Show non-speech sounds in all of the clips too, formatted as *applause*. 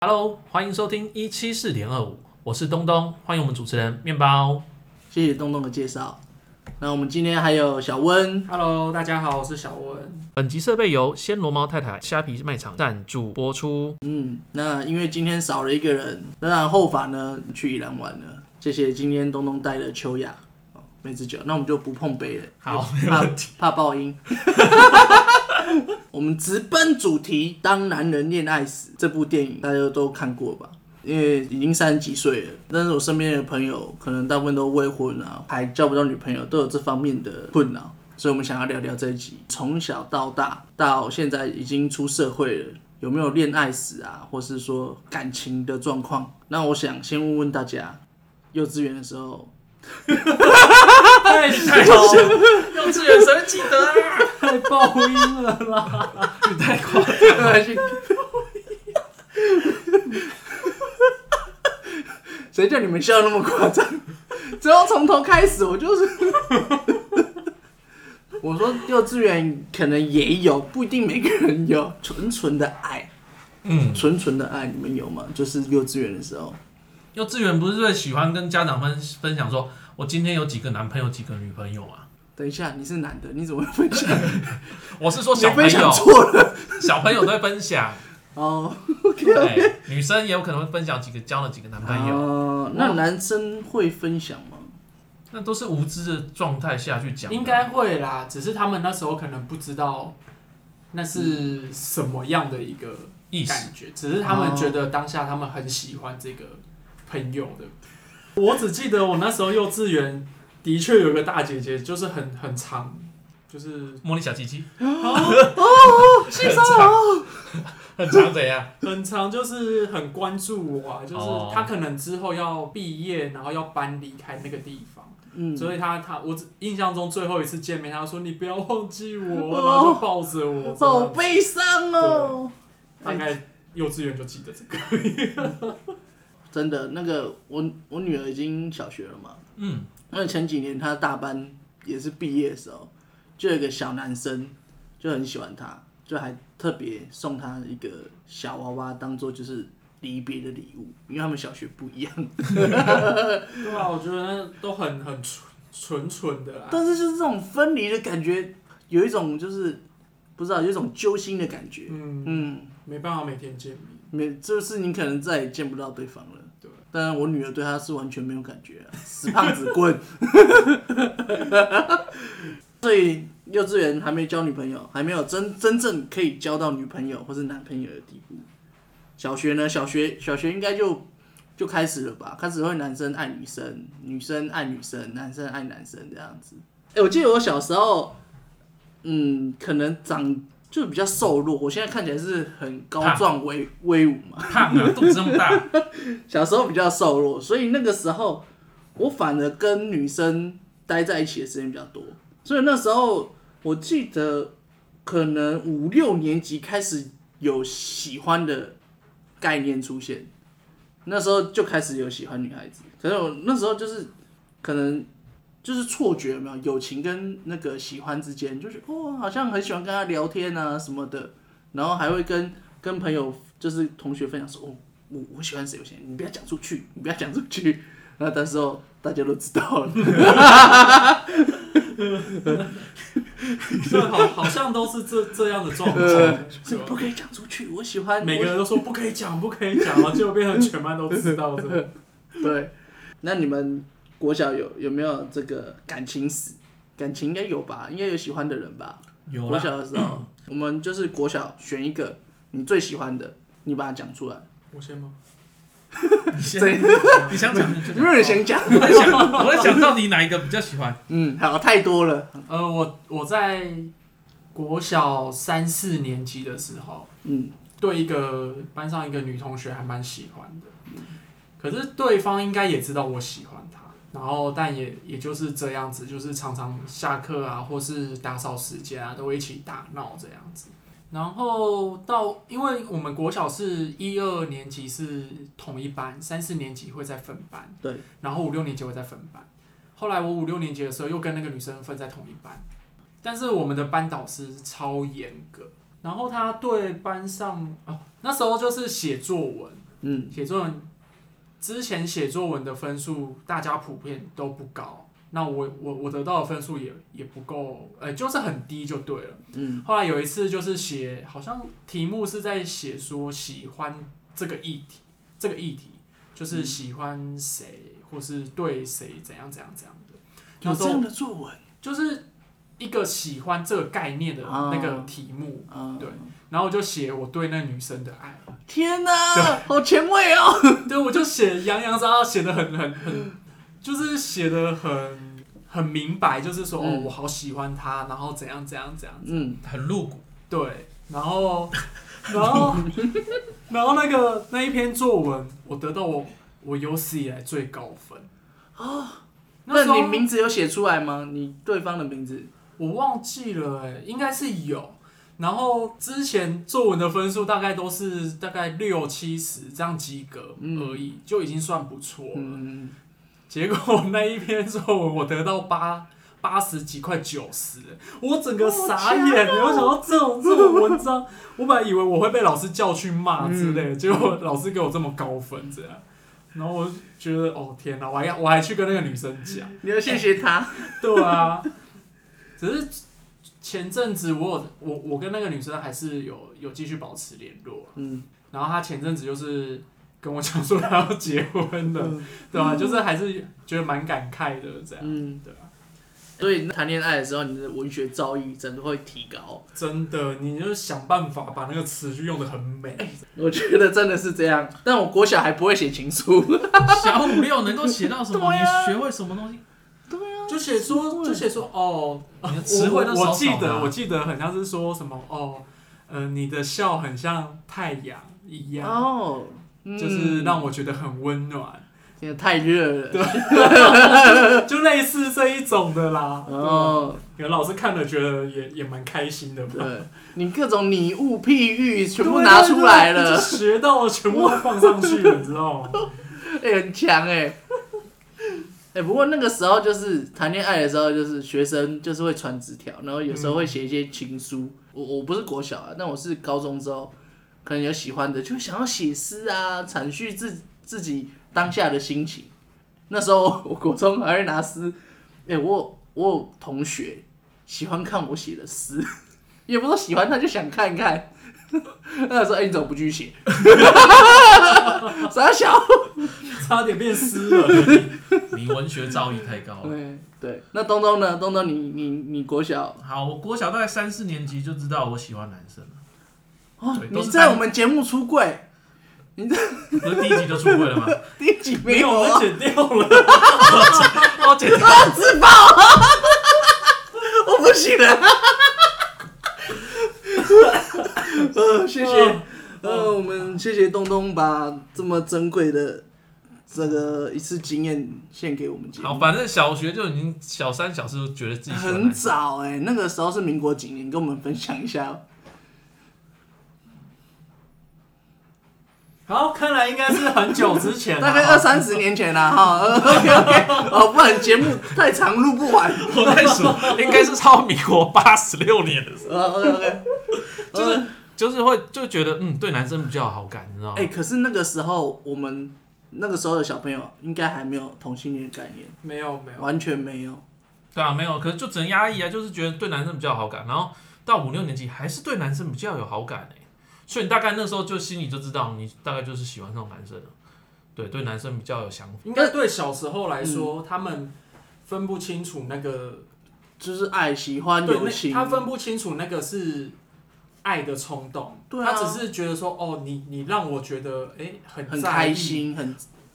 Hello，欢迎收听一七四点二五，我是东东，欢迎我们主持人面包。谢谢东东的介绍。那我们今天还有小温， Hello，大家好，我是小文。本集设备由暹罗猫太太虾皮卖场赞助播出。嗯，那因为今天少了一个人，当然后法呢去宜兰玩了。谢谢今天东东带的秋雅哦梅子酒，那我们就不碰杯了，好，怕怕爆音。 *laughs* 我们直奔主题，《当男人恋爱时》这部电影大家都看过吧？因为已经三十几岁了，但是我身边的朋友可能大部分都未婚啊，还交不到女朋友，都有这方面的困扰，所以我们想要聊聊这一集，从小到大到现在已经出社会了，有没有恋爱史啊，或是说感情的状况？那我想先问问大家，幼稚园的时候，太小， *laughs* 幼稚园谁会记得啊？太爆音了啦！你太夸张， *laughs* 谁叫你们笑那么夸张？只要从头开始，我就是。 *laughs* 我说幼稚园可能也有，不一定每个人有纯纯的爱，嗯，纯纯的爱，你们有吗？就是幼稚园的时候，幼稚园不是最喜欢跟家长分分享说，我今天有几个男朋友，几个女朋友嘛？等一下你是男的，你怎么会分享？我是说你小朋分享友，错了小朋友都会分享，哦。OK，对，女生也有可能会分享几个交了几个男朋友，哦，那男生会分享吗？那都是无知的状态下去讲的， *laughs* 应该会啦，只是他们那时候可能不知道那是什么样的一个意识感觉，只是他哦们觉得当下他们很喜欢这个朋友的。我只记得我那时候幼稚园的确有个大姐姐，就是很很长，就是摸你小鸡鸡，哦性骚扰 *laughs* 很长怎样？很常就是很关注我啊，就是他可能之后要毕业，然后要搬离开那个地方，嗯，所以他他我只印象中最后一次见面，他说你不要忘记我，哦然后就抱 *laughs* 着我， *laughs* 好这样悲伤哦。大概幼稚园就记得这个，真的，那个我我女儿已经小学了嘛，嗯，那前几年她大班也是毕业的时候，就有一个小男生就很喜欢她，就还特别送她一个小娃娃当做就是离别的礼物，因为他们小学不一样。对啊，我觉得都很很纯纯纯的啊啦，但是就是这种分离的感觉，有一种就是不知道有一种揪心的感觉。嗯，嗯，没办法每天见面，没，就是你可能再也见不到对方了。对，当然我女儿对他是完全没有感觉、啊，死胖子滚。 *laughs* 所以幼稚园还没交女朋友，还没有真真正可以交到女朋友或是男朋友的地步。小学呢，小学小学应该就就开始了吧，开始会男生爱女生，女生爱女生，男生爱男生这样子。哎、我记得我小时候，嗯，可能长就比较瘦弱，我现在看起来是很高壮威威武嘛。胖啊，肚子这么大，小时候比较瘦弱，所以那个时候我反而跟女生待在一起的时间比较多。所以那时候我记得，可能五六年级开始有喜欢的概念出现，那时候就开始有喜欢女孩子。可是我那时候就是可能就是错觉，有没有友情跟那个喜欢之间，就是哦，好像很喜欢跟她聊天啊什么的，然后还会跟跟朋友就是同学分享说，哦，我我喜欢谁，我喜欢你，不要讲出去，你不要讲出去。那到时候大家都知道了， *laughs* 对，好好像都是这这样的状 *laughs* 况，呃对是不吧可以讲出去。我喜欢每个人都说不可以讲，不可以讲，然后结果变成全班都知道这个。我对。那你们国小有有没有这个感情史？感情应该有吧，应该有喜欢的人吧。有国啦，小的时候，我们就是国小选一个你最喜欢的，你把它讲出来。我先吗？你先谁你想讲就有没有人想讲？我在想，我在想到底哪一个比较喜欢？嗯，好，太多了。呃，我我在国小三四年级的时候，嗯，对一个班上一个女同学还蛮喜欢的，可是对方应该也知道我喜欢她，然后但也也就是这样子，就是常常下课啊，或是打扫时间啊，都会一起打闹这样子。然后到，因为我们国小是一二年级是同一班，三四年级会再分班。对，然后五六年级我再分班。后来我五六年级的时候又跟那个女生分在同一班，但是我们的班导师超严格，然后他对班上哦，那时候就是写作文，嗯，写作文之前写作文的分数大家普遍都不高，那我我我得到的分数也也不够，呃，就是很低就对了。嗯，后来有一次就是写，好像题目是在写说喜欢这个议题，这个议题就是喜欢谁，或是对谁怎样怎样怎样的。那有时这候样的作文就是一个喜欢这个概念的那个哦题目，啊对然后我就写我对那女生的爱。天哪，好前卫哦！ *laughs* 对，我就写洋洋洒洒，写的很很很，就是写的很很明白，就是说、哦嗯，我好喜欢他，然后怎样怎样怎样，嗯，很露骨，对，然后然后 *laughs* 然后那个那一篇作文，我得到我我有史以来最高分啊，哦那时候你名字有写出来吗？你对方的名字？我忘记了、欸，应该是有。然后之前作文的分数大概都是大概六七十这样及格而已，就已经算不错了。嗯，结果那一篇作文我得到八八十几块九十，我整个傻眼，没有想到这种这种文章，我本来以为我会被老师叫去骂之类的，结果老师给我这么高分，这样。然后我就觉得，哦天哪！我还我还去跟那个女生讲，你要谢谢他。对啊，只是前阵子我有我我跟那个女生还是有有继续保持联络，嗯，然后她前阵子就是跟我讲说她要结婚啊了，对吧、就是还是觉得蛮感慨的这样，嗯对啊，所以谈恋爱的时候，你的文学造诣真的会提高。真的，你就想办法把那个词句用的很美。我觉得真的是这样，但我国小还不会写情书。小五六能够写到什么？ *laughs* 对啊你学会什么东西？就写说，就写说哦，你的词我汇都我少我记少的得啊我记得很像是说什么哦，呃，你的笑很像太阳一样，哦，嗯就是让我我觉得很温暖，真的太热了。就类似这一种的啦。哦，哦，有老师看了觉得也也蛮开心的吧。对，你各种拟物、譬喻全部拿出来对对对了就，学到了全部放上去了，你知道吗？哎、很强哎、哎、不过那个时候就是谈恋爱的时候，就是学生就是会传纸条，然后有时候会写一些情书。我我不是国小啊，但我是高中之后，可能有喜欢的，就会想要写诗啊，阐述自自己当下的心情。那时候我我国中还会拿诗，哎、我有我有同学喜欢看我写的诗，也不是说喜欢，他就想看看。 *laughs* 那时候哎、你怎么不继续写？ *laughs* 傻小。差点变湿了。你文学造诣太高了。对对，那东东呢？东东你，你你国小好，我国小大概三四年级就知道我喜欢男生了，哦对，都你是在单我们节目出柜，不是第一集就出柜了吗？第一集 *laughs* 没没有，有我啊们？剪掉了。我剪掉，自爆！我不行了。呃，谢谢，呃，我们谢谢东东把这么珍贵的这个一次经验献给我们节好，目。反正小学就已经小三小四就觉得自己喜欢很男生，早哎、那个时候是民国几年？跟我们分享一下。好，看来应该是很久之前 *laughs* 了，大概二三十年前啦，哈，OK OK，哦，不然节目太长录不完。我在数应该是超民国八十六年的时候，呃，OK OK，就是就是会就觉得嗯对男生比较有好感，你知道吗哎、？可是那个时候我们那个时候的小朋友应该还没有同性恋概念，没有没有，完全没有。对啊，没有，可是就只能压抑啊，就是觉得对男生比较有好感，然后到五六年级还是对男生比较有好感哎、所以你大概那时候就心里就知道，你大概就是喜欢上男生了，对，对男生比较有想法，应该对小时候来说，嗯他们分不清楚那个，就是爱、喜欢、对，友那情，他分不清楚那个是爱的冲动，对啊他只是觉得说，哦，你你让我觉得，哎，很很在开意，心，啊很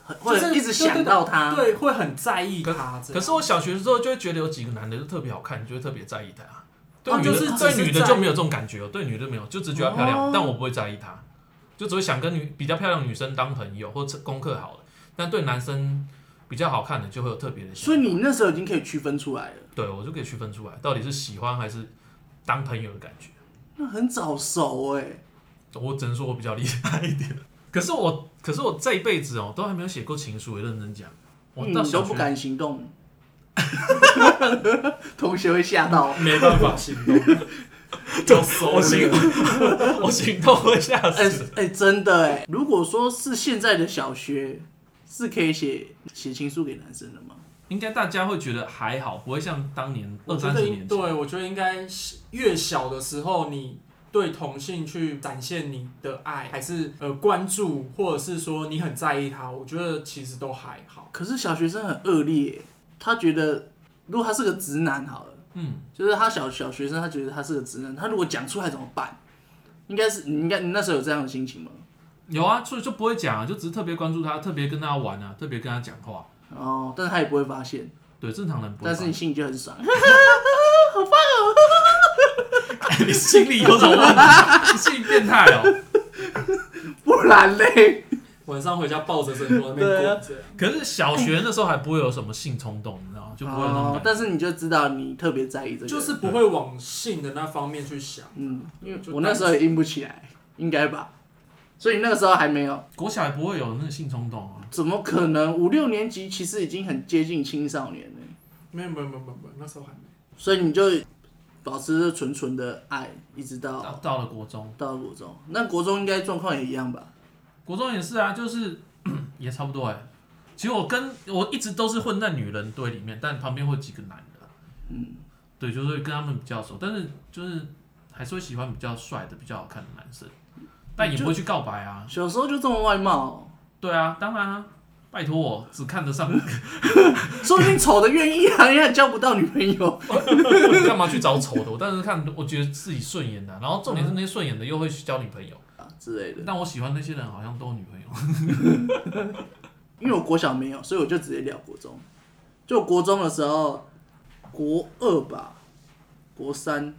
很就或是者一直想到他。对，会很在意他。这可样是我小学的时候就会觉得有几个男的就特别好看，你就会特别在意他。对哦女的、就是只是对女的在就没有这种感觉哦，对女的没有，就只觉得她漂亮，哦但我不会在意她，就只会想跟女比较漂亮的女生当朋友，或者功课好的。但对男生比较好看的就会有特别的想法。所以你那时候已经可以区分出来了，对我就可以区分出来，到底是喜欢还是当朋友的感觉。那很早熟哎、我只能说我比较厉害一点。可是我，可是我这一辈子哦，都还没有写过情书。我认真讲，我你到嗯都小不学敢行 *laughs* 动，同学会吓到。 *laughs* 没办法行动，有熟我心 *laughs* 人，我心痛会吓哎死。哎，真的哎，如果说是现在的小学，是可以写写情书给男生的吗？应该大家会觉得还好，不会像当年我二觉三得十应年前。对，我觉得应该是越小的时候，你对同性去展现你的爱，还是呃关注，或者是说你很在意他，我觉得其实都还好。可是小学生很恶劣耶，他觉得如果他是个直男好了，嗯，就是他小小学生，他觉得他是个直男，他如果讲出来怎么办？应该是你应该你那时候有这样的心情吗？有啊，所以就不会讲啊，就只是特别关注他，特别跟他玩啊，特别跟他讲话。哦，但是他也不会发现，对，正常人不会但吧。是你心里就很爽。 *laughs* 你你心里有什么问题？你 *laughs* 心里变态哦、不然嘞，晚上回家抱着枕头在那边对啊滚着，可是小学那时候还不会有什么性冲动，你知道吗？就不会有那种感，哦觉。但是你就知道你特别在意这个， *laughs* 就是不会往性的那方面去想。嗯，因为就我那时候也硬不起来，应该吧，所以那个时候还没有，国小也不会有那个性冲动啊。怎么可能？五六年级其实已经很接近青少年了，没有没有没有没有，没有那时候还没。所以你就保持着纯纯的爱，一直到到到了国中，到国中。那国中应该状况也一样吧？国中也是啊，就是 *clears throat* 也差不多哎、其实我跟我一直都是混在女人堆里面，但旁边会有几个男的，嗯，对，就是会跟他们比较熟，但是就是还是会喜欢比较帅的、比较好看的男生，但也不会去告白啊。小时候就这么外貌， *laughs* 对啊，当然啊，拜托我只看得上， *laughs* 说不定丑的愿意啊，因为他交不到女朋友。 *laughs* 我干嘛去找丑的？我当然是看我觉得自己顺眼的啊、然后重点是那些顺眼的又会去交女朋友，啊之类的，但我喜欢那些人好像都有女朋 *laughs* 友。因为我国小没有，所以我就直接聊国中。就国中的时候，国二吧，国三，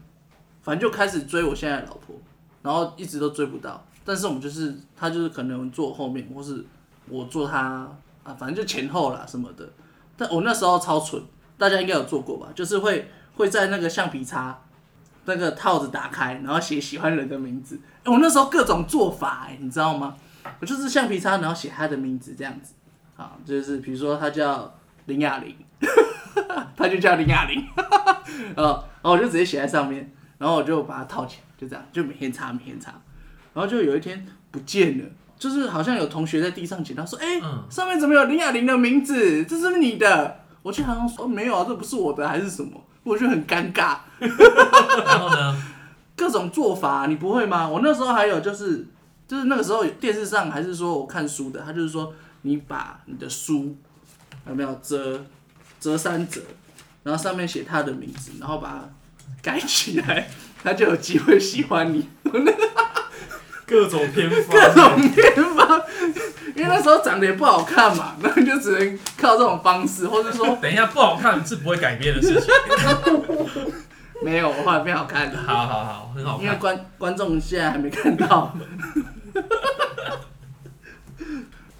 反正就开始追我现在的老婆，然后一直都追不到。但是我们就是他就是可能坐我后面，或是我坐他啊，反正就前后啦什么的。但我那时候超蠢，大家应该有做过吧？就是会会在那个橡皮擦那个套子打开，然后写喜欢人的名字。哎、我那时候各种做法、哎，你知道吗？我就是橡皮擦，然后写他的名字这样子。啊，就是比如说他叫林雅玲， *laughs* 他就叫林雅玲， *laughs* 啊，然后我就直接写在上面，然后我就把它套起来，就这样，就每天擦，每天擦，然后就有一天不见了，就是好像有同学在地上捡到，说，哎、嗯上面怎么有林雅玲的名字？这是不是你的？我就好像说、哦、没有啊，这不是我的，还是什么？我就很尴尬，然后呢，各种做法，你不会吗？我那时候还有就是，就是那个时候电视上还是说我看书的，他就是说你把你的书有没有折折三折，然后上面写他的名字，然后把它盖起来， *laughs* 他就有机会喜欢你。 *laughs* 各种偏各种方，偏方，因为那时候长得也不好看嘛， *laughs* 那你就只能靠这种方式，或者说等一下不好看是不会改变的 *laughs* 事情。没有，我后来变好看了，好好好，很好因为看。观观众现在还没看到， *laughs*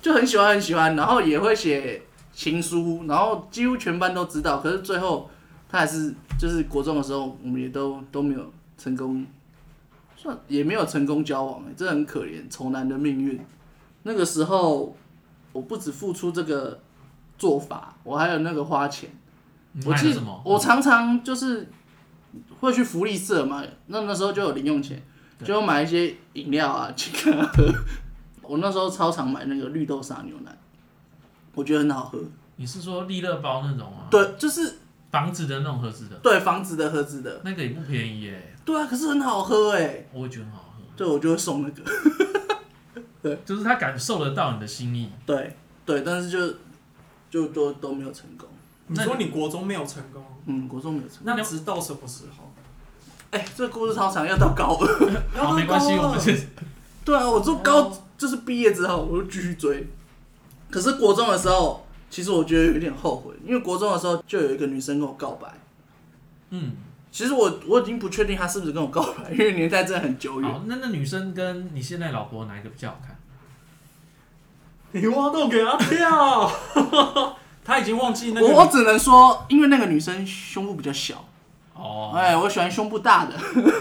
就很喜欢很喜欢，然后也会写情书，然后几乎全班都知道，可是最后他还是就是国中的时候，我们也都都没有成功，算也没有成功交往、欸，真的很可怜，丑男的命运。那个时候我不止付出这个做法，我还有那个花钱。你我买记了得什么？我常常就是会去福利社嘛，那那时候就有零用钱，对就买一些饮料啊， *laughs* 去跟他喝。我那时候超常买那个绿豆沙牛奶，我觉得很好喝。你是说利乐包那种啊？，对，就是房子的那种盒子的，对房子的盒子的，那个也不便宜耶，对啊，可是很好喝哎、我也觉得很好喝，对，我就会送那个。就是他感受得到你的心意。对对，但是就就都都没有成功。 *laughs* 你说你国中没有成功，嗯，国中没有成功。那直到什么时候？哎、这故事超长，要到高二。要 *laughs* 好，没关系，到高我二们 *laughs* 先对啊，我就高、哦就是毕业之后，我就继续追。可是国中的时候，其实我觉得有点后悔，因为国中的时候就有一个女生跟我告白。嗯，其实我我已经不确定她是不是跟我告白，因为年代真的很久哦远。好，那那女生跟你现在老婆哪一个比较好看？你挖洞给他跳， *laughs* 他已经忘记那我我个只能说，因为那个女生胸部比较小，哦，哎，我喜欢胸部大的。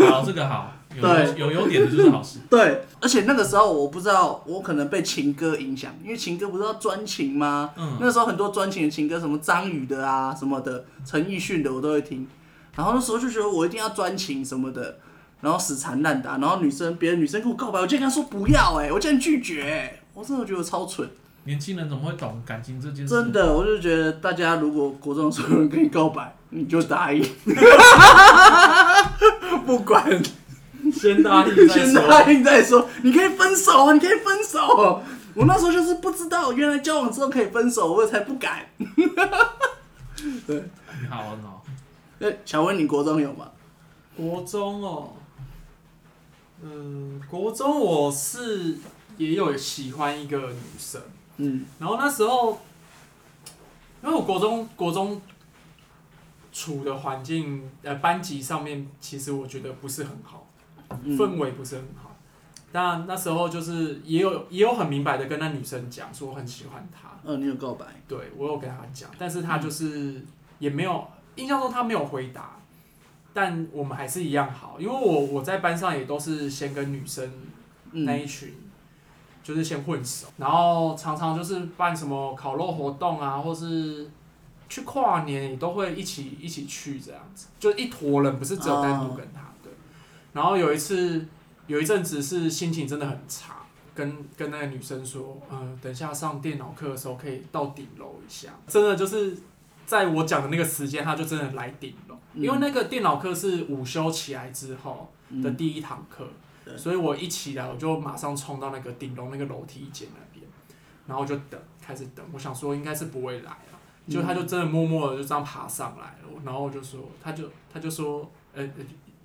好，这个好，有对有优点的就是好事。对，而且那个时候我不知道，我可能被情歌影响，因为情歌不是要专情吗？嗯那时候很多专情的情歌，什么张宇的啊，什么的，陈奕迅的我都会听。然后那时候就觉得我一定要专情什么的，然后死缠烂打，然后女生别的女生跟我告白，我竟然跟她说不要、哎，我竟然拒绝、哎，我真的觉得我超蠢，年轻人怎么会懂感情这件事？真，的，我就觉得大家如果国中所有人跟你告白，你就答应， *laughs* 不管先答应 *laughs* 再先答说。应再说，你可以分手啊，你可以分手哦。我那时候就是不知道，原来交往之后可以分手，我才不敢。很好哦很好。哎，乔文，你国中有吗？国中哦，嗯，国中我是也有喜欢一个女生，嗯，然后那时候，因为我国中国中处的环境，呃，班级上面其实我觉得不是很好，嗯氛围不是很好。那那时候就是也有也有很明白的跟那女生讲说我很喜欢她，呃，你有告白，对我有跟她讲，但是她就是也没有印象中她没有回答，但我们还是一样好，因为我我在班上也都是先跟女生那嗯一群，就是先混熟，然后常常就是办什么烤肉活动啊，或是去跨年也都会一起一起去这样子，就一坨人，不是只有单独跟他、对。然后有一次有一阵子是心情真的很差，跟跟那个女生说，呃，等一下上电脑课的时候可以到顶楼一下，真的就是。在我讲的那个时间，他就真的来顶楼，因为嗯那个电脑课是午休起来之后，的嗯，第一堂课，对所以我一起来我就马上冲到那个顶楼那个楼梯间那边，然后就等，开始等。我想说应该是不会来了，嗯结果他就真的默默的就这样爬上来了，然后我就说，他就他就说，呃、呃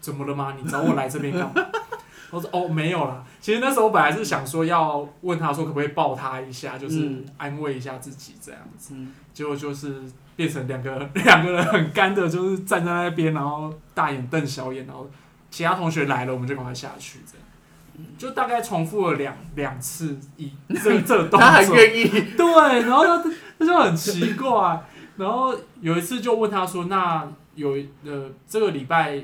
怎么了吗？你找我来这边干嘛？ *laughs* 我说哦没有啦，其实那时候本来是想说要问他说可不可以抱他一下，就是嗯安慰一下自己这样子，嗯结果就是变成两个 *laughs* 两个人很干的，就是站在那边，然后大眼瞪小眼，然后其他同学来了，我们就赶快下去，这样，就大概重复了两两次以这 *laughs* 这动他还作，愿意， *laughs* 对，然后就他就很奇怪，然后有一次就问他说，那有呃这个礼拜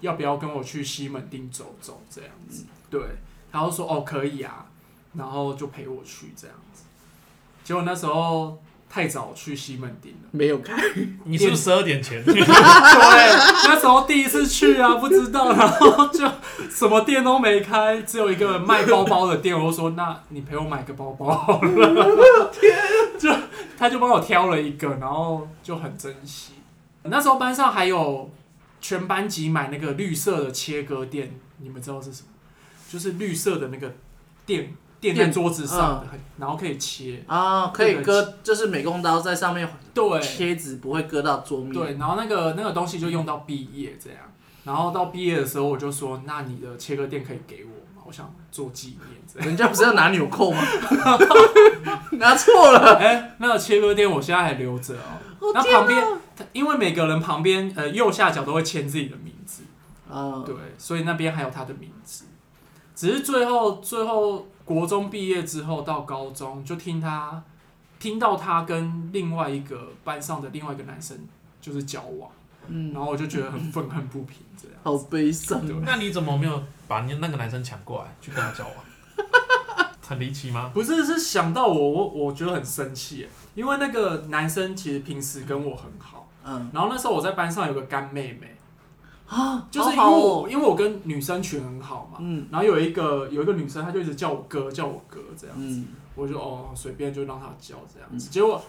要不要跟我去西门町走走这样子？对，他就说哦可以啊，然后就陪我去这样子，结果那时候太早去西门町了。没有开，你是不是十二点前？对，那时候第一次去啊，不知道，然后就什么店都没开，只有一个卖包包的店。我就说：“那你陪我买个包包好了。”就他就帮我挑了一个，然后就很珍惜。那时候班上还有全班级买那个绿色的切割垫，你们知道是什么？就是绿色的那个垫垫在垫桌子上的，然后可以切。啊，可以割，就是美工刀在上面 *laughs* 对，切纸不会割到桌面。对，然后那个那个东西就用到毕业这样，然后到毕业的时候我就说，那你的切割店可以给我吗？我想做纪念这样。人家不是要拿纽 *laughs* 扣吗？拿错了，哎、那个切割店我现在还留着哦、那旁边，它因为每个人旁边呃右下角都会签自己的名字，啊，对，所以那边还有他的名字。只是最后最后国中毕业之后到高中，就听他听到他跟另外一个班上的另外一个男生就是交往，嗯然后我就觉得很愤恨不平这样。好悲伤。那你怎么没有把你那个男生抢过来去跟他交往？ *laughs* 很离奇吗？不是，是想到我，我我觉得很生气耶，因为那个男生其实平时跟我很好，嗯然后那时候我在班上有个干妹妹，啊，就是因为好好我、哦，因为我跟女生群很好嘛，嗯然后有一个有一个女生，她就一直叫我哥，叫我哥这样，嗯，我就哦随便就让她叫这样子，结果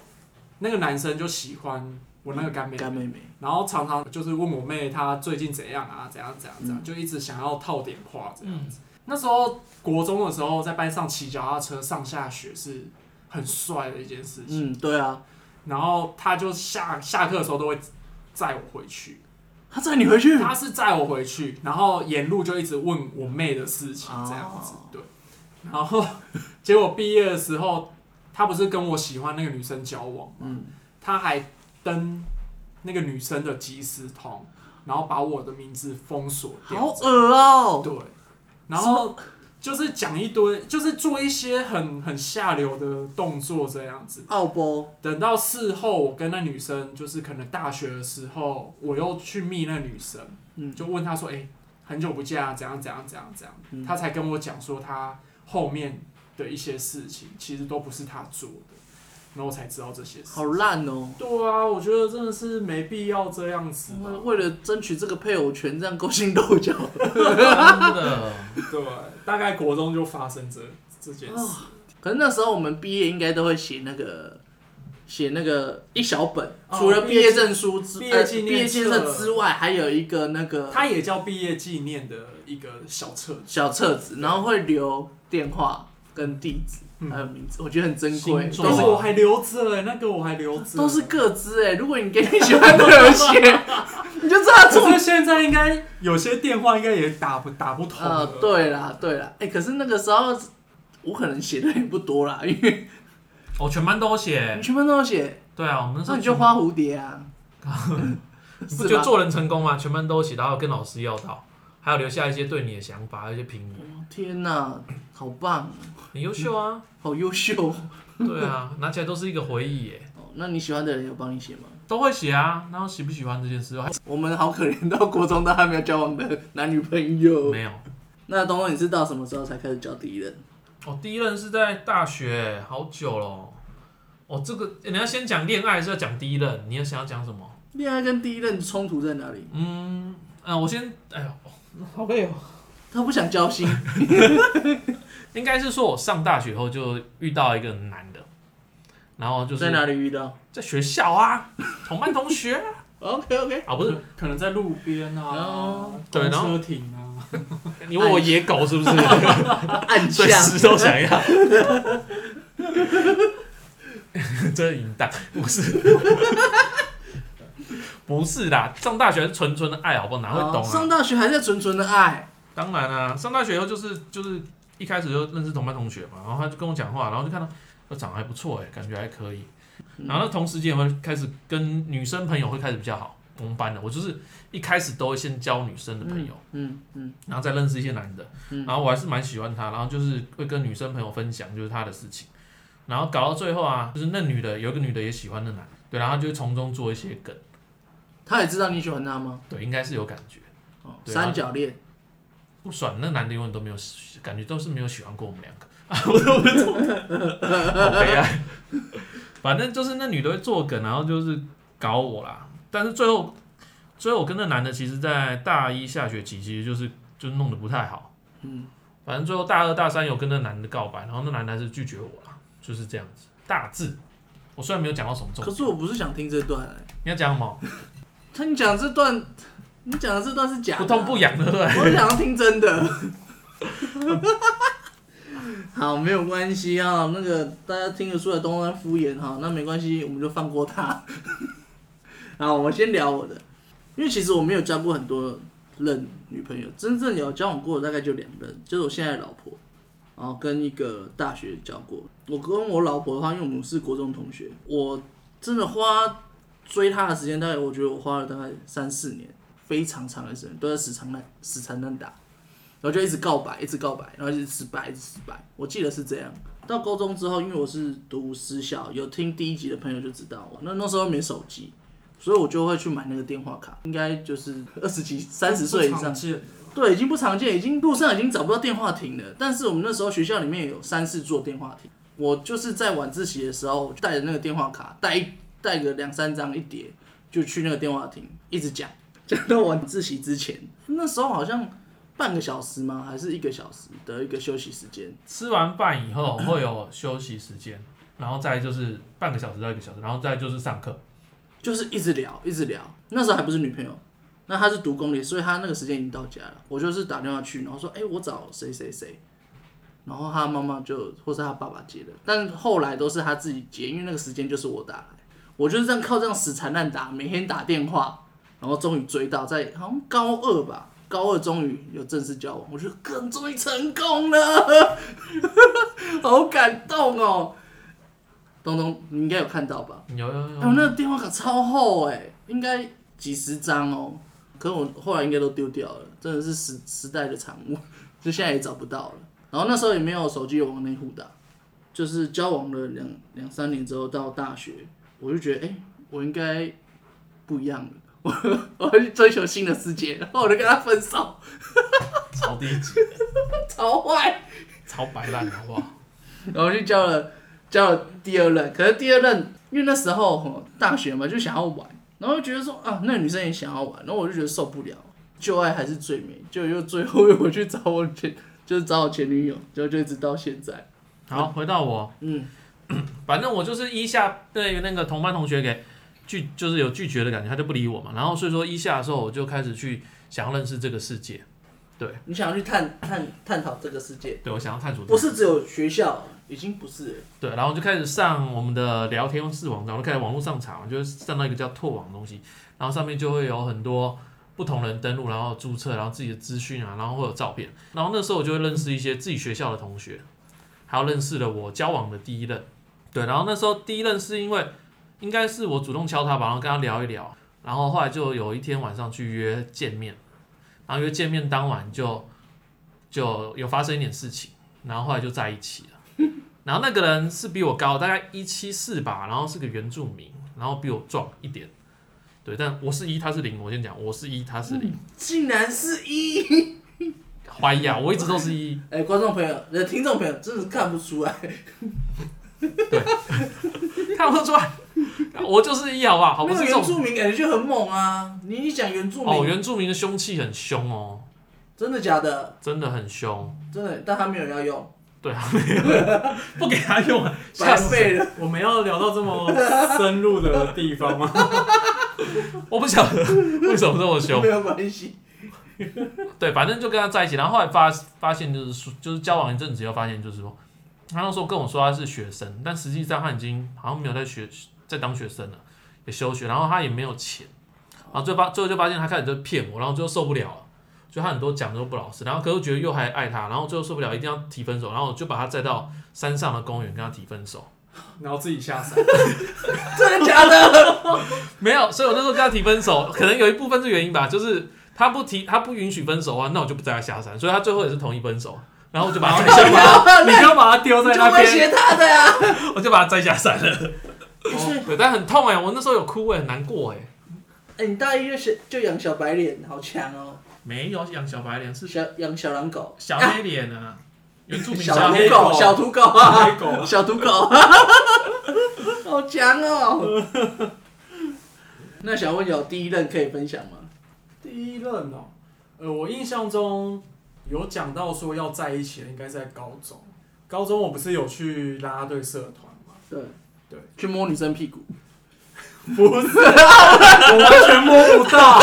那个男生就喜欢我那个干妹妹，干妹妹，然后常常就是问我妹她最近怎样啊，怎样怎样怎样，嗯就一直想要套点话这样子。那时候国中的时候，在班上骑脚踏车上下学是很帅的一件事情。嗯，对啊，然后她就下下课的时候都会载我回去，他载你回去，她是载我回去，然后沿路就一直问我妹的事情这样子哦，对。然后 *laughs* 结果毕业的时候，她不是跟我喜欢那个女生交往，嗯，他还登那个女生的即时通，然后把我的名字封锁好掉。恶哦，对，然后就是讲一堆，就是做一些很很下流的动作这样子。奥波，等到事后，我跟那女生就是可能大学的时候，我又去密那女生，嗯就问她说：“哎、很久不见啊，怎样怎样怎样怎样？”嗯她才跟我讲说她后面的一些事情其实都不是她做的，然后才知道这些事。好烂哦、对啊，我觉得真的是没必要这样子啊吧。为了争取这个配偶权，这样勾心斗角。 *laughs* 真的，对，大概国中就发生这这件事。可是那时候我们毕业应该都会写那个写那个一小本，哦除了毕业证书之毕呃业纪毕念业纪念册之外，还有一个那个它也叫毕业纪念的一个小册子，小册子，然后会留电话跟地址还有名字，我觉得很珍贵，星座都但是是我还留着哎、那个我还留着，都是各自哎、如果你给你喜欢的人写，你就知道中可是现在应该有些电话应该也打不打不通啊、了。对啦对啦，哎、可是那个时候我可能写的也不多啦，因为我哦全班都你写。全班都有写，对啊，我哎们那时那候你就全花蝴蝶啊，不是就吧做人成功吗？全班都写，然后跟老师要到，还有留下一些对你的想法，一些评语，天哪，好棒，很优秀啊。好优秀。对啊，拿起来都是一个回忆耶，哦，那你喜欢的人有帮你写吗？都会写啊。然后喜不喜欢这件事，还我们好可怜，到国中都还没有交往的男女朋友。没有。那东东，你是到什么时候才开始交第一任？哦，第一任是在大学，好久咯。哦，这个欸你要先讲恋爱，还是要讲第一任？你要想要讲什么？恋爱跟第一任冲突在哪里？嗯，啊，我先，哎呦，好累哦。他不想交心，应该是说我上大学后就遇到一个男的，然后就是在哪里遇到在学校啊，同班同学 *laughs* 啊？OK OK，啊，不是可能在路边啊哦，对公然后车停啊，哎你问我野狗是不是？啊 *laughs* 暗随巷时都想要。 *laughs* 这淫荡不是， *laughs* 不是啦，上大学是纯纯的爱，好不好？哪会懂哦啊？上大学还在纯纯的爱，当然啦、上大学以后就是就是一开始就认识同班同学嘛，然后他就跟我讲话，然后就看到他长得还不错哎、感觉还可以。嗯然后那同时间也会开始跟女生朋友会开始比较好，同班的。我就是一开始都会先交女生的朋友，嗯嗯，然后再认识一些男的，嗯然后我还是蛮喜欢他，然后就是会跟女生朋友分享就是他的事情，然后搞到最后啊，就是那女的有一个女的也喜欢那男的，对，然后就从中做一些梗，他也知道你喜欢他吗？对，应该是有感觉。哦，对啊三角恋，不爽，那男的永远都没有喜感觉，都是没有喜欢过我们两个。 *laughs* 啊，我都不懂，好悲哀。反正就是那女的会做梗，然后就是搞我啦。但是最后，最后我跟那男的，其实在大一下学期，其实就是就弄得不太好。嗯，反正最后大二大三有跟那男的告白，然后那男的还是拒绝我啦，就是这样子。大致，我虽然没有讲到什么重可点，是我不是想听这段、哎，你要讲什么？他你讲这段，你讲的这段是假的、啊不痛不。痒的，对不对？我想要听真的。 *laughs* 好，没有关系啊，那个大家听得出来东安敷衍哈，那没关系，我们就放过他。 *laughs* 好，我先聊我的，因为其实我没有交过很多任女朋友，真正有交往过的大概就两任，就是我现在的老婆，然后跟一个大学交过。我跟我老婆的话，因为我们是国中同学，我真的花追她的时间，大概我觉得我花了大概三四年。非常长的时间，都在死缠烂死缠烂打，然后就一直告白，一直告白，然后一直失败，一直失败。我记得是这样。到高中之后，因为我是读私校，有听第一集的朋友就知道我，那那时候没手机，所以我就会去买那个电话卡，应该就是二十几、三十岁以不常上，见对，已经不常见，已经路上已经找不到电话亭了。但是我们那时候学校里面有三四座电话亭，我就是在晚自习的时候带着那个电话卡，带一带个两三张一叠，就去那个电话亭一直讲，讲到晚自习之前。那时候好像半个小时吗？还是一个小时的一个休息时间？吃完饭以后会有休息时间，然后再就是半个小时到一个小时，然后再就是上课。就是一直聊，一直聊。那时候还不是女朋友，那她是读公立，所以她那个时间已经到家了。我就是打电话去，然后说：“哎、我找谁谁谁。”然后她妈妈就或是她爸爸接的，但后来都是她自己接，因为那个时间就是我打来。我就是这样靠这样死缠烂打，每天打电话，然后终于追到，在好像高二吧，高二终于有正式交往，我觉得更终于成功了，好感动哦。东东，你应该有看到吧？有有哎、我有，那个电话卡超厚哎、应该几十张哦。可我后来应该都丢掉了，真的是时时代的产物， *laughs* 就现在也找不到了。然后那时候也没有手机有往内互打，就是交往了两两三年之后到大学，我就觉得哎、我应该不一样了， *laughs* 我我要去追求新的世界，然后我就跟他分手， *laughs* 超低级，超坏。超白烂，好不好？然后就交了交了第二任，可是第二任因为那时候吼大学嘛，就想要玩，然后就觉得说啊，那个女生也想要玩，然后我就觉得受不了，旧爱还是最美，就又最后又回去找我前，就是找我前女友，就就一直到现在， *laughs* 好，回到我，嗯， *clears throat* 反正我就是一下被那个同班同学给拒，就是有拒绝的感觉，他就不理我嘛。然后所以说一下的时候，我就开始去想要认识这个世界，你想要去探探探讨这个世界，对我想要探索这不个是只有学校，已经不是了对，然后就开始上我们的聊天室网站，我就开始网络上查嘛，就是上到一个叫拓网的东西，然后上面就会有很多不同人登录，然后注册，然后自己的资讯啊，然后会有照片，然后那时候我就会认识一些自己学校的同学，还有认识了我交往的第一任，对，然后那时候第一任是因为应该是我主动敲他吧，然后跟他聊一聊，然后后来就有一天晚上去约见面，然后约见面当晚就就有发生一点事情，然后后来就在一起了。然后那个人是比我高，大概一七四吧，然后是个原住民，然后比我壮一点。对，但我是一，他是零。我先讲，我是一，他是零。竟然是一， *laughs* 怀疑啊，我一直都是一。哎、观众朋友，呃，听众朋友，真的是看不出来，看不出来，我就是一，好不好？好哦不那个是这原种住民感觉就很猛啊，你一讲原住民，哦，原住民的凶器很凶哦，真的假的？真的很凶。真的，但他没有人要用，对啊，没有不给他用啊，白吓死费了。我们要聊到这么深入的地方吗？我不晓得为什么这么凶没。有关系。对，反正就跟他在一起，然后后来发发现就是说，就是交往一阵子以后发现就是说，他那时候跟我说他是学生，但实际上他已经好像没有在学在当学生了，也休学，然后他也没有钱，然后最发最后就发现他开始在骗我，然后最后受不了了，就他很多讲的都不老实，然后可是我觉得又还爱他，然后最后受不了一定要提分手，然后我就把他载到山上的公园跟他提分手，然后自己下山，真的假 *laughs* 的？没有，所以我那时候跟他提分手，可能有一部分是原因吧，就是他不提他不允许分手的话，那我就不载他下山，所以他最后也是同意分手，然后我就把他载下你就 *laughs* 把它你就把它丢在就那威边，胁他的呀、 *laughs* 啊。我就把它摘下山了。所以，对，但很痛哎、我那时候有哭哎、很难过哎、哎、你大一就学就养小白脸，好强哦！没有养小白脸，是小养小狼狗，小黑脸啊，原住民小小土黑黑狗，狗小土狗啊，黑狗小土狗， *laughs* 好强哦！ *laughs* 那想问有第一任可以分享吗？第一任哦，呃，我印象中有讲到说要在一起的，应该在高中。高中我不是有去啦啦队社团吗？ *laughs* 对对，去摸女生屁股，不是，我完全摸不到，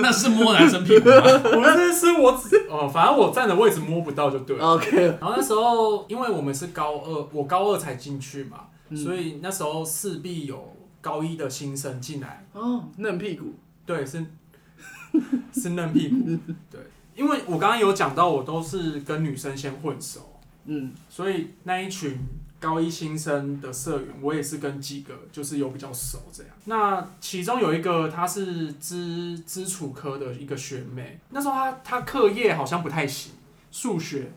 那是摸男生屁股、啊。不是，是我只哦，反正我站的位置摸不到就哦对了。 OK，然后那时候，因为我们是高二，我高二才进去嘛，嗯所以那时候势必有高一的新生进来，哦，嫩屁股，对，是是嫩屁股，对，因为我刚刚有讲到，我都是跟女生先混熟，嗯，所以那一群高一新生的社员，我也是跟几个就是有比较熟这样。那其中有一个她是资资楚科的一个学妹，那时候她她课业好像不太行，数学，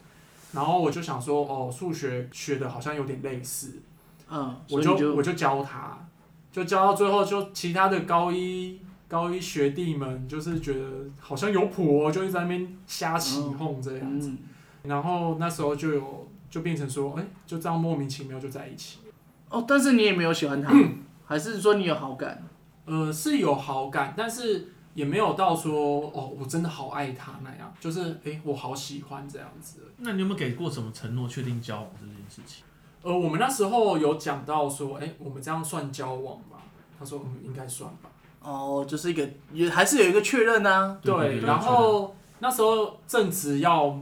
然后我就想说哦，数学学的好像有点类似，嗯，我所以你我就教她，就教到最后就其他的高一。高一学弟们就是觉得好像有谱哦，就一直在那边瞎起哄这样子。嗯，然后那时候就有就变成说，哎、就这样莫名其妙就在一起。哦，但是你也没有喜欢 *clears throat* 他，还是说你有好感？呃，是有好感，但是也没有到说哦，我真的好爱他那样，就是哎、我好喜欢这样子。 *laughs* 那你有没有给过什么承诺确定交往这件事情？呃，我们那时候有讲到说，哎、我们这样算交往吗？他说，嗯，应该算吧。哦，就是一个也还是有一个确认啊，对对对，对然后那时候正值要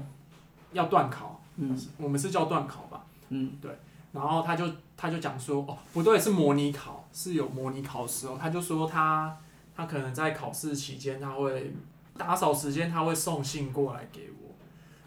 要断考，嗯我们是叫断考吧？嗯，然后他就他就讲说，哦，不对，是模拟考，是有模拟考试哦。他就说他他可能在考试期间，他会打扫时间，他会送信过来给我，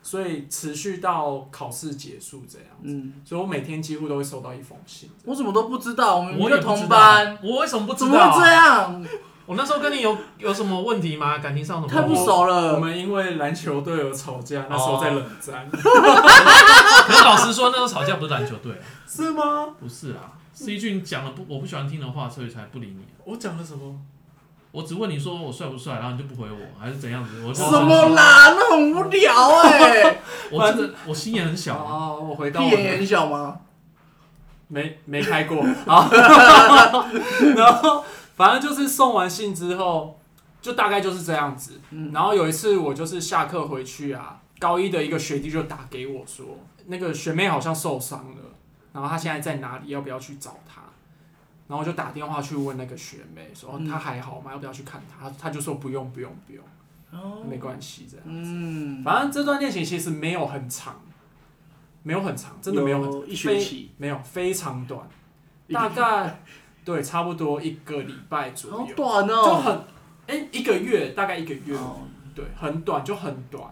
所以持续到考试结束这样。嗯，所以我每天几乎都会收到一封信。我怎么都不知道，我们一我个也不同知道班，，我为什么不知怎道？么会这样？我那时候跟你有有什么问题吗？感情上什么？太不熟我了。们因为篮球队而吵架，那时候在冷战，可是老实说，那时候吵架不是篮球队，啊是吗？不是啦，是一句你讲了不我不喜欢听的话，所以才不理你。我讲了什么？我只问你说我帅不帅，然后你就不回我，还是怎样子？我就什么啦？那很无聊哎、 *laughs* 我真的我心眼很小啊。哦，我回到屁我眼也的很小吗？没没开过， *laughs* 好，然后反正就是送完信之后，就大概就是这样子。然后有一次我就是下课回去啊，高一的一个学弟就打给我说，那个学妹好像受伤了，然后她现在在哪里，要不要去找她？然后我就打电话去问那个学妹说，哦她还好吗？要不要去看她？她就说不用不用不用，哦哦没关系这样。嗯，反正这段恋情其实没有很长，没有很长，真的没有很有一学期，非没有非常短，一个大概对差不多一个礼拜左好右，短就哦，很哎、一个月大概一个月，哦对，很短就很短，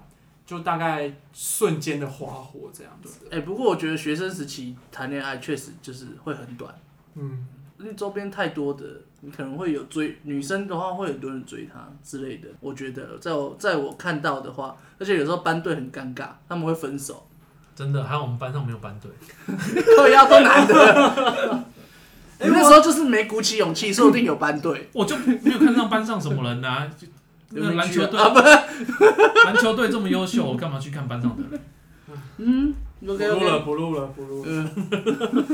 就大概瞬间的花火这样子。哎、不过我觉得学生时期谈恋爱确实就是会很短，嗯，因为周边太多的，你可能会有追女生的话，会很多人追她之类的。我觉得，在我在我看到的话，而且有时候班队很尴尬，他们会分 *laughs* 手，真的，还有我们班上没有班队，对呀，都男的。 *laughs* 你那时候就是没鼓起勇气，说不定有班队。我就没有看上班上什么人呐、就那个篮球队啊，不，篮球队这么优秀，我干嘛去看班上的人？嗯不，OK 录了 OK，不录了不录了。嗯，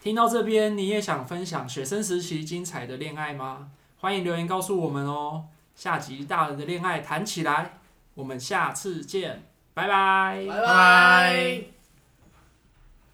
听到这边，你也想分享学生时期精彩的恋爱吗？欢迎留言告诉我们哦。下集大人的恋爱谈起来，我们下次见，拜拜。拜拜。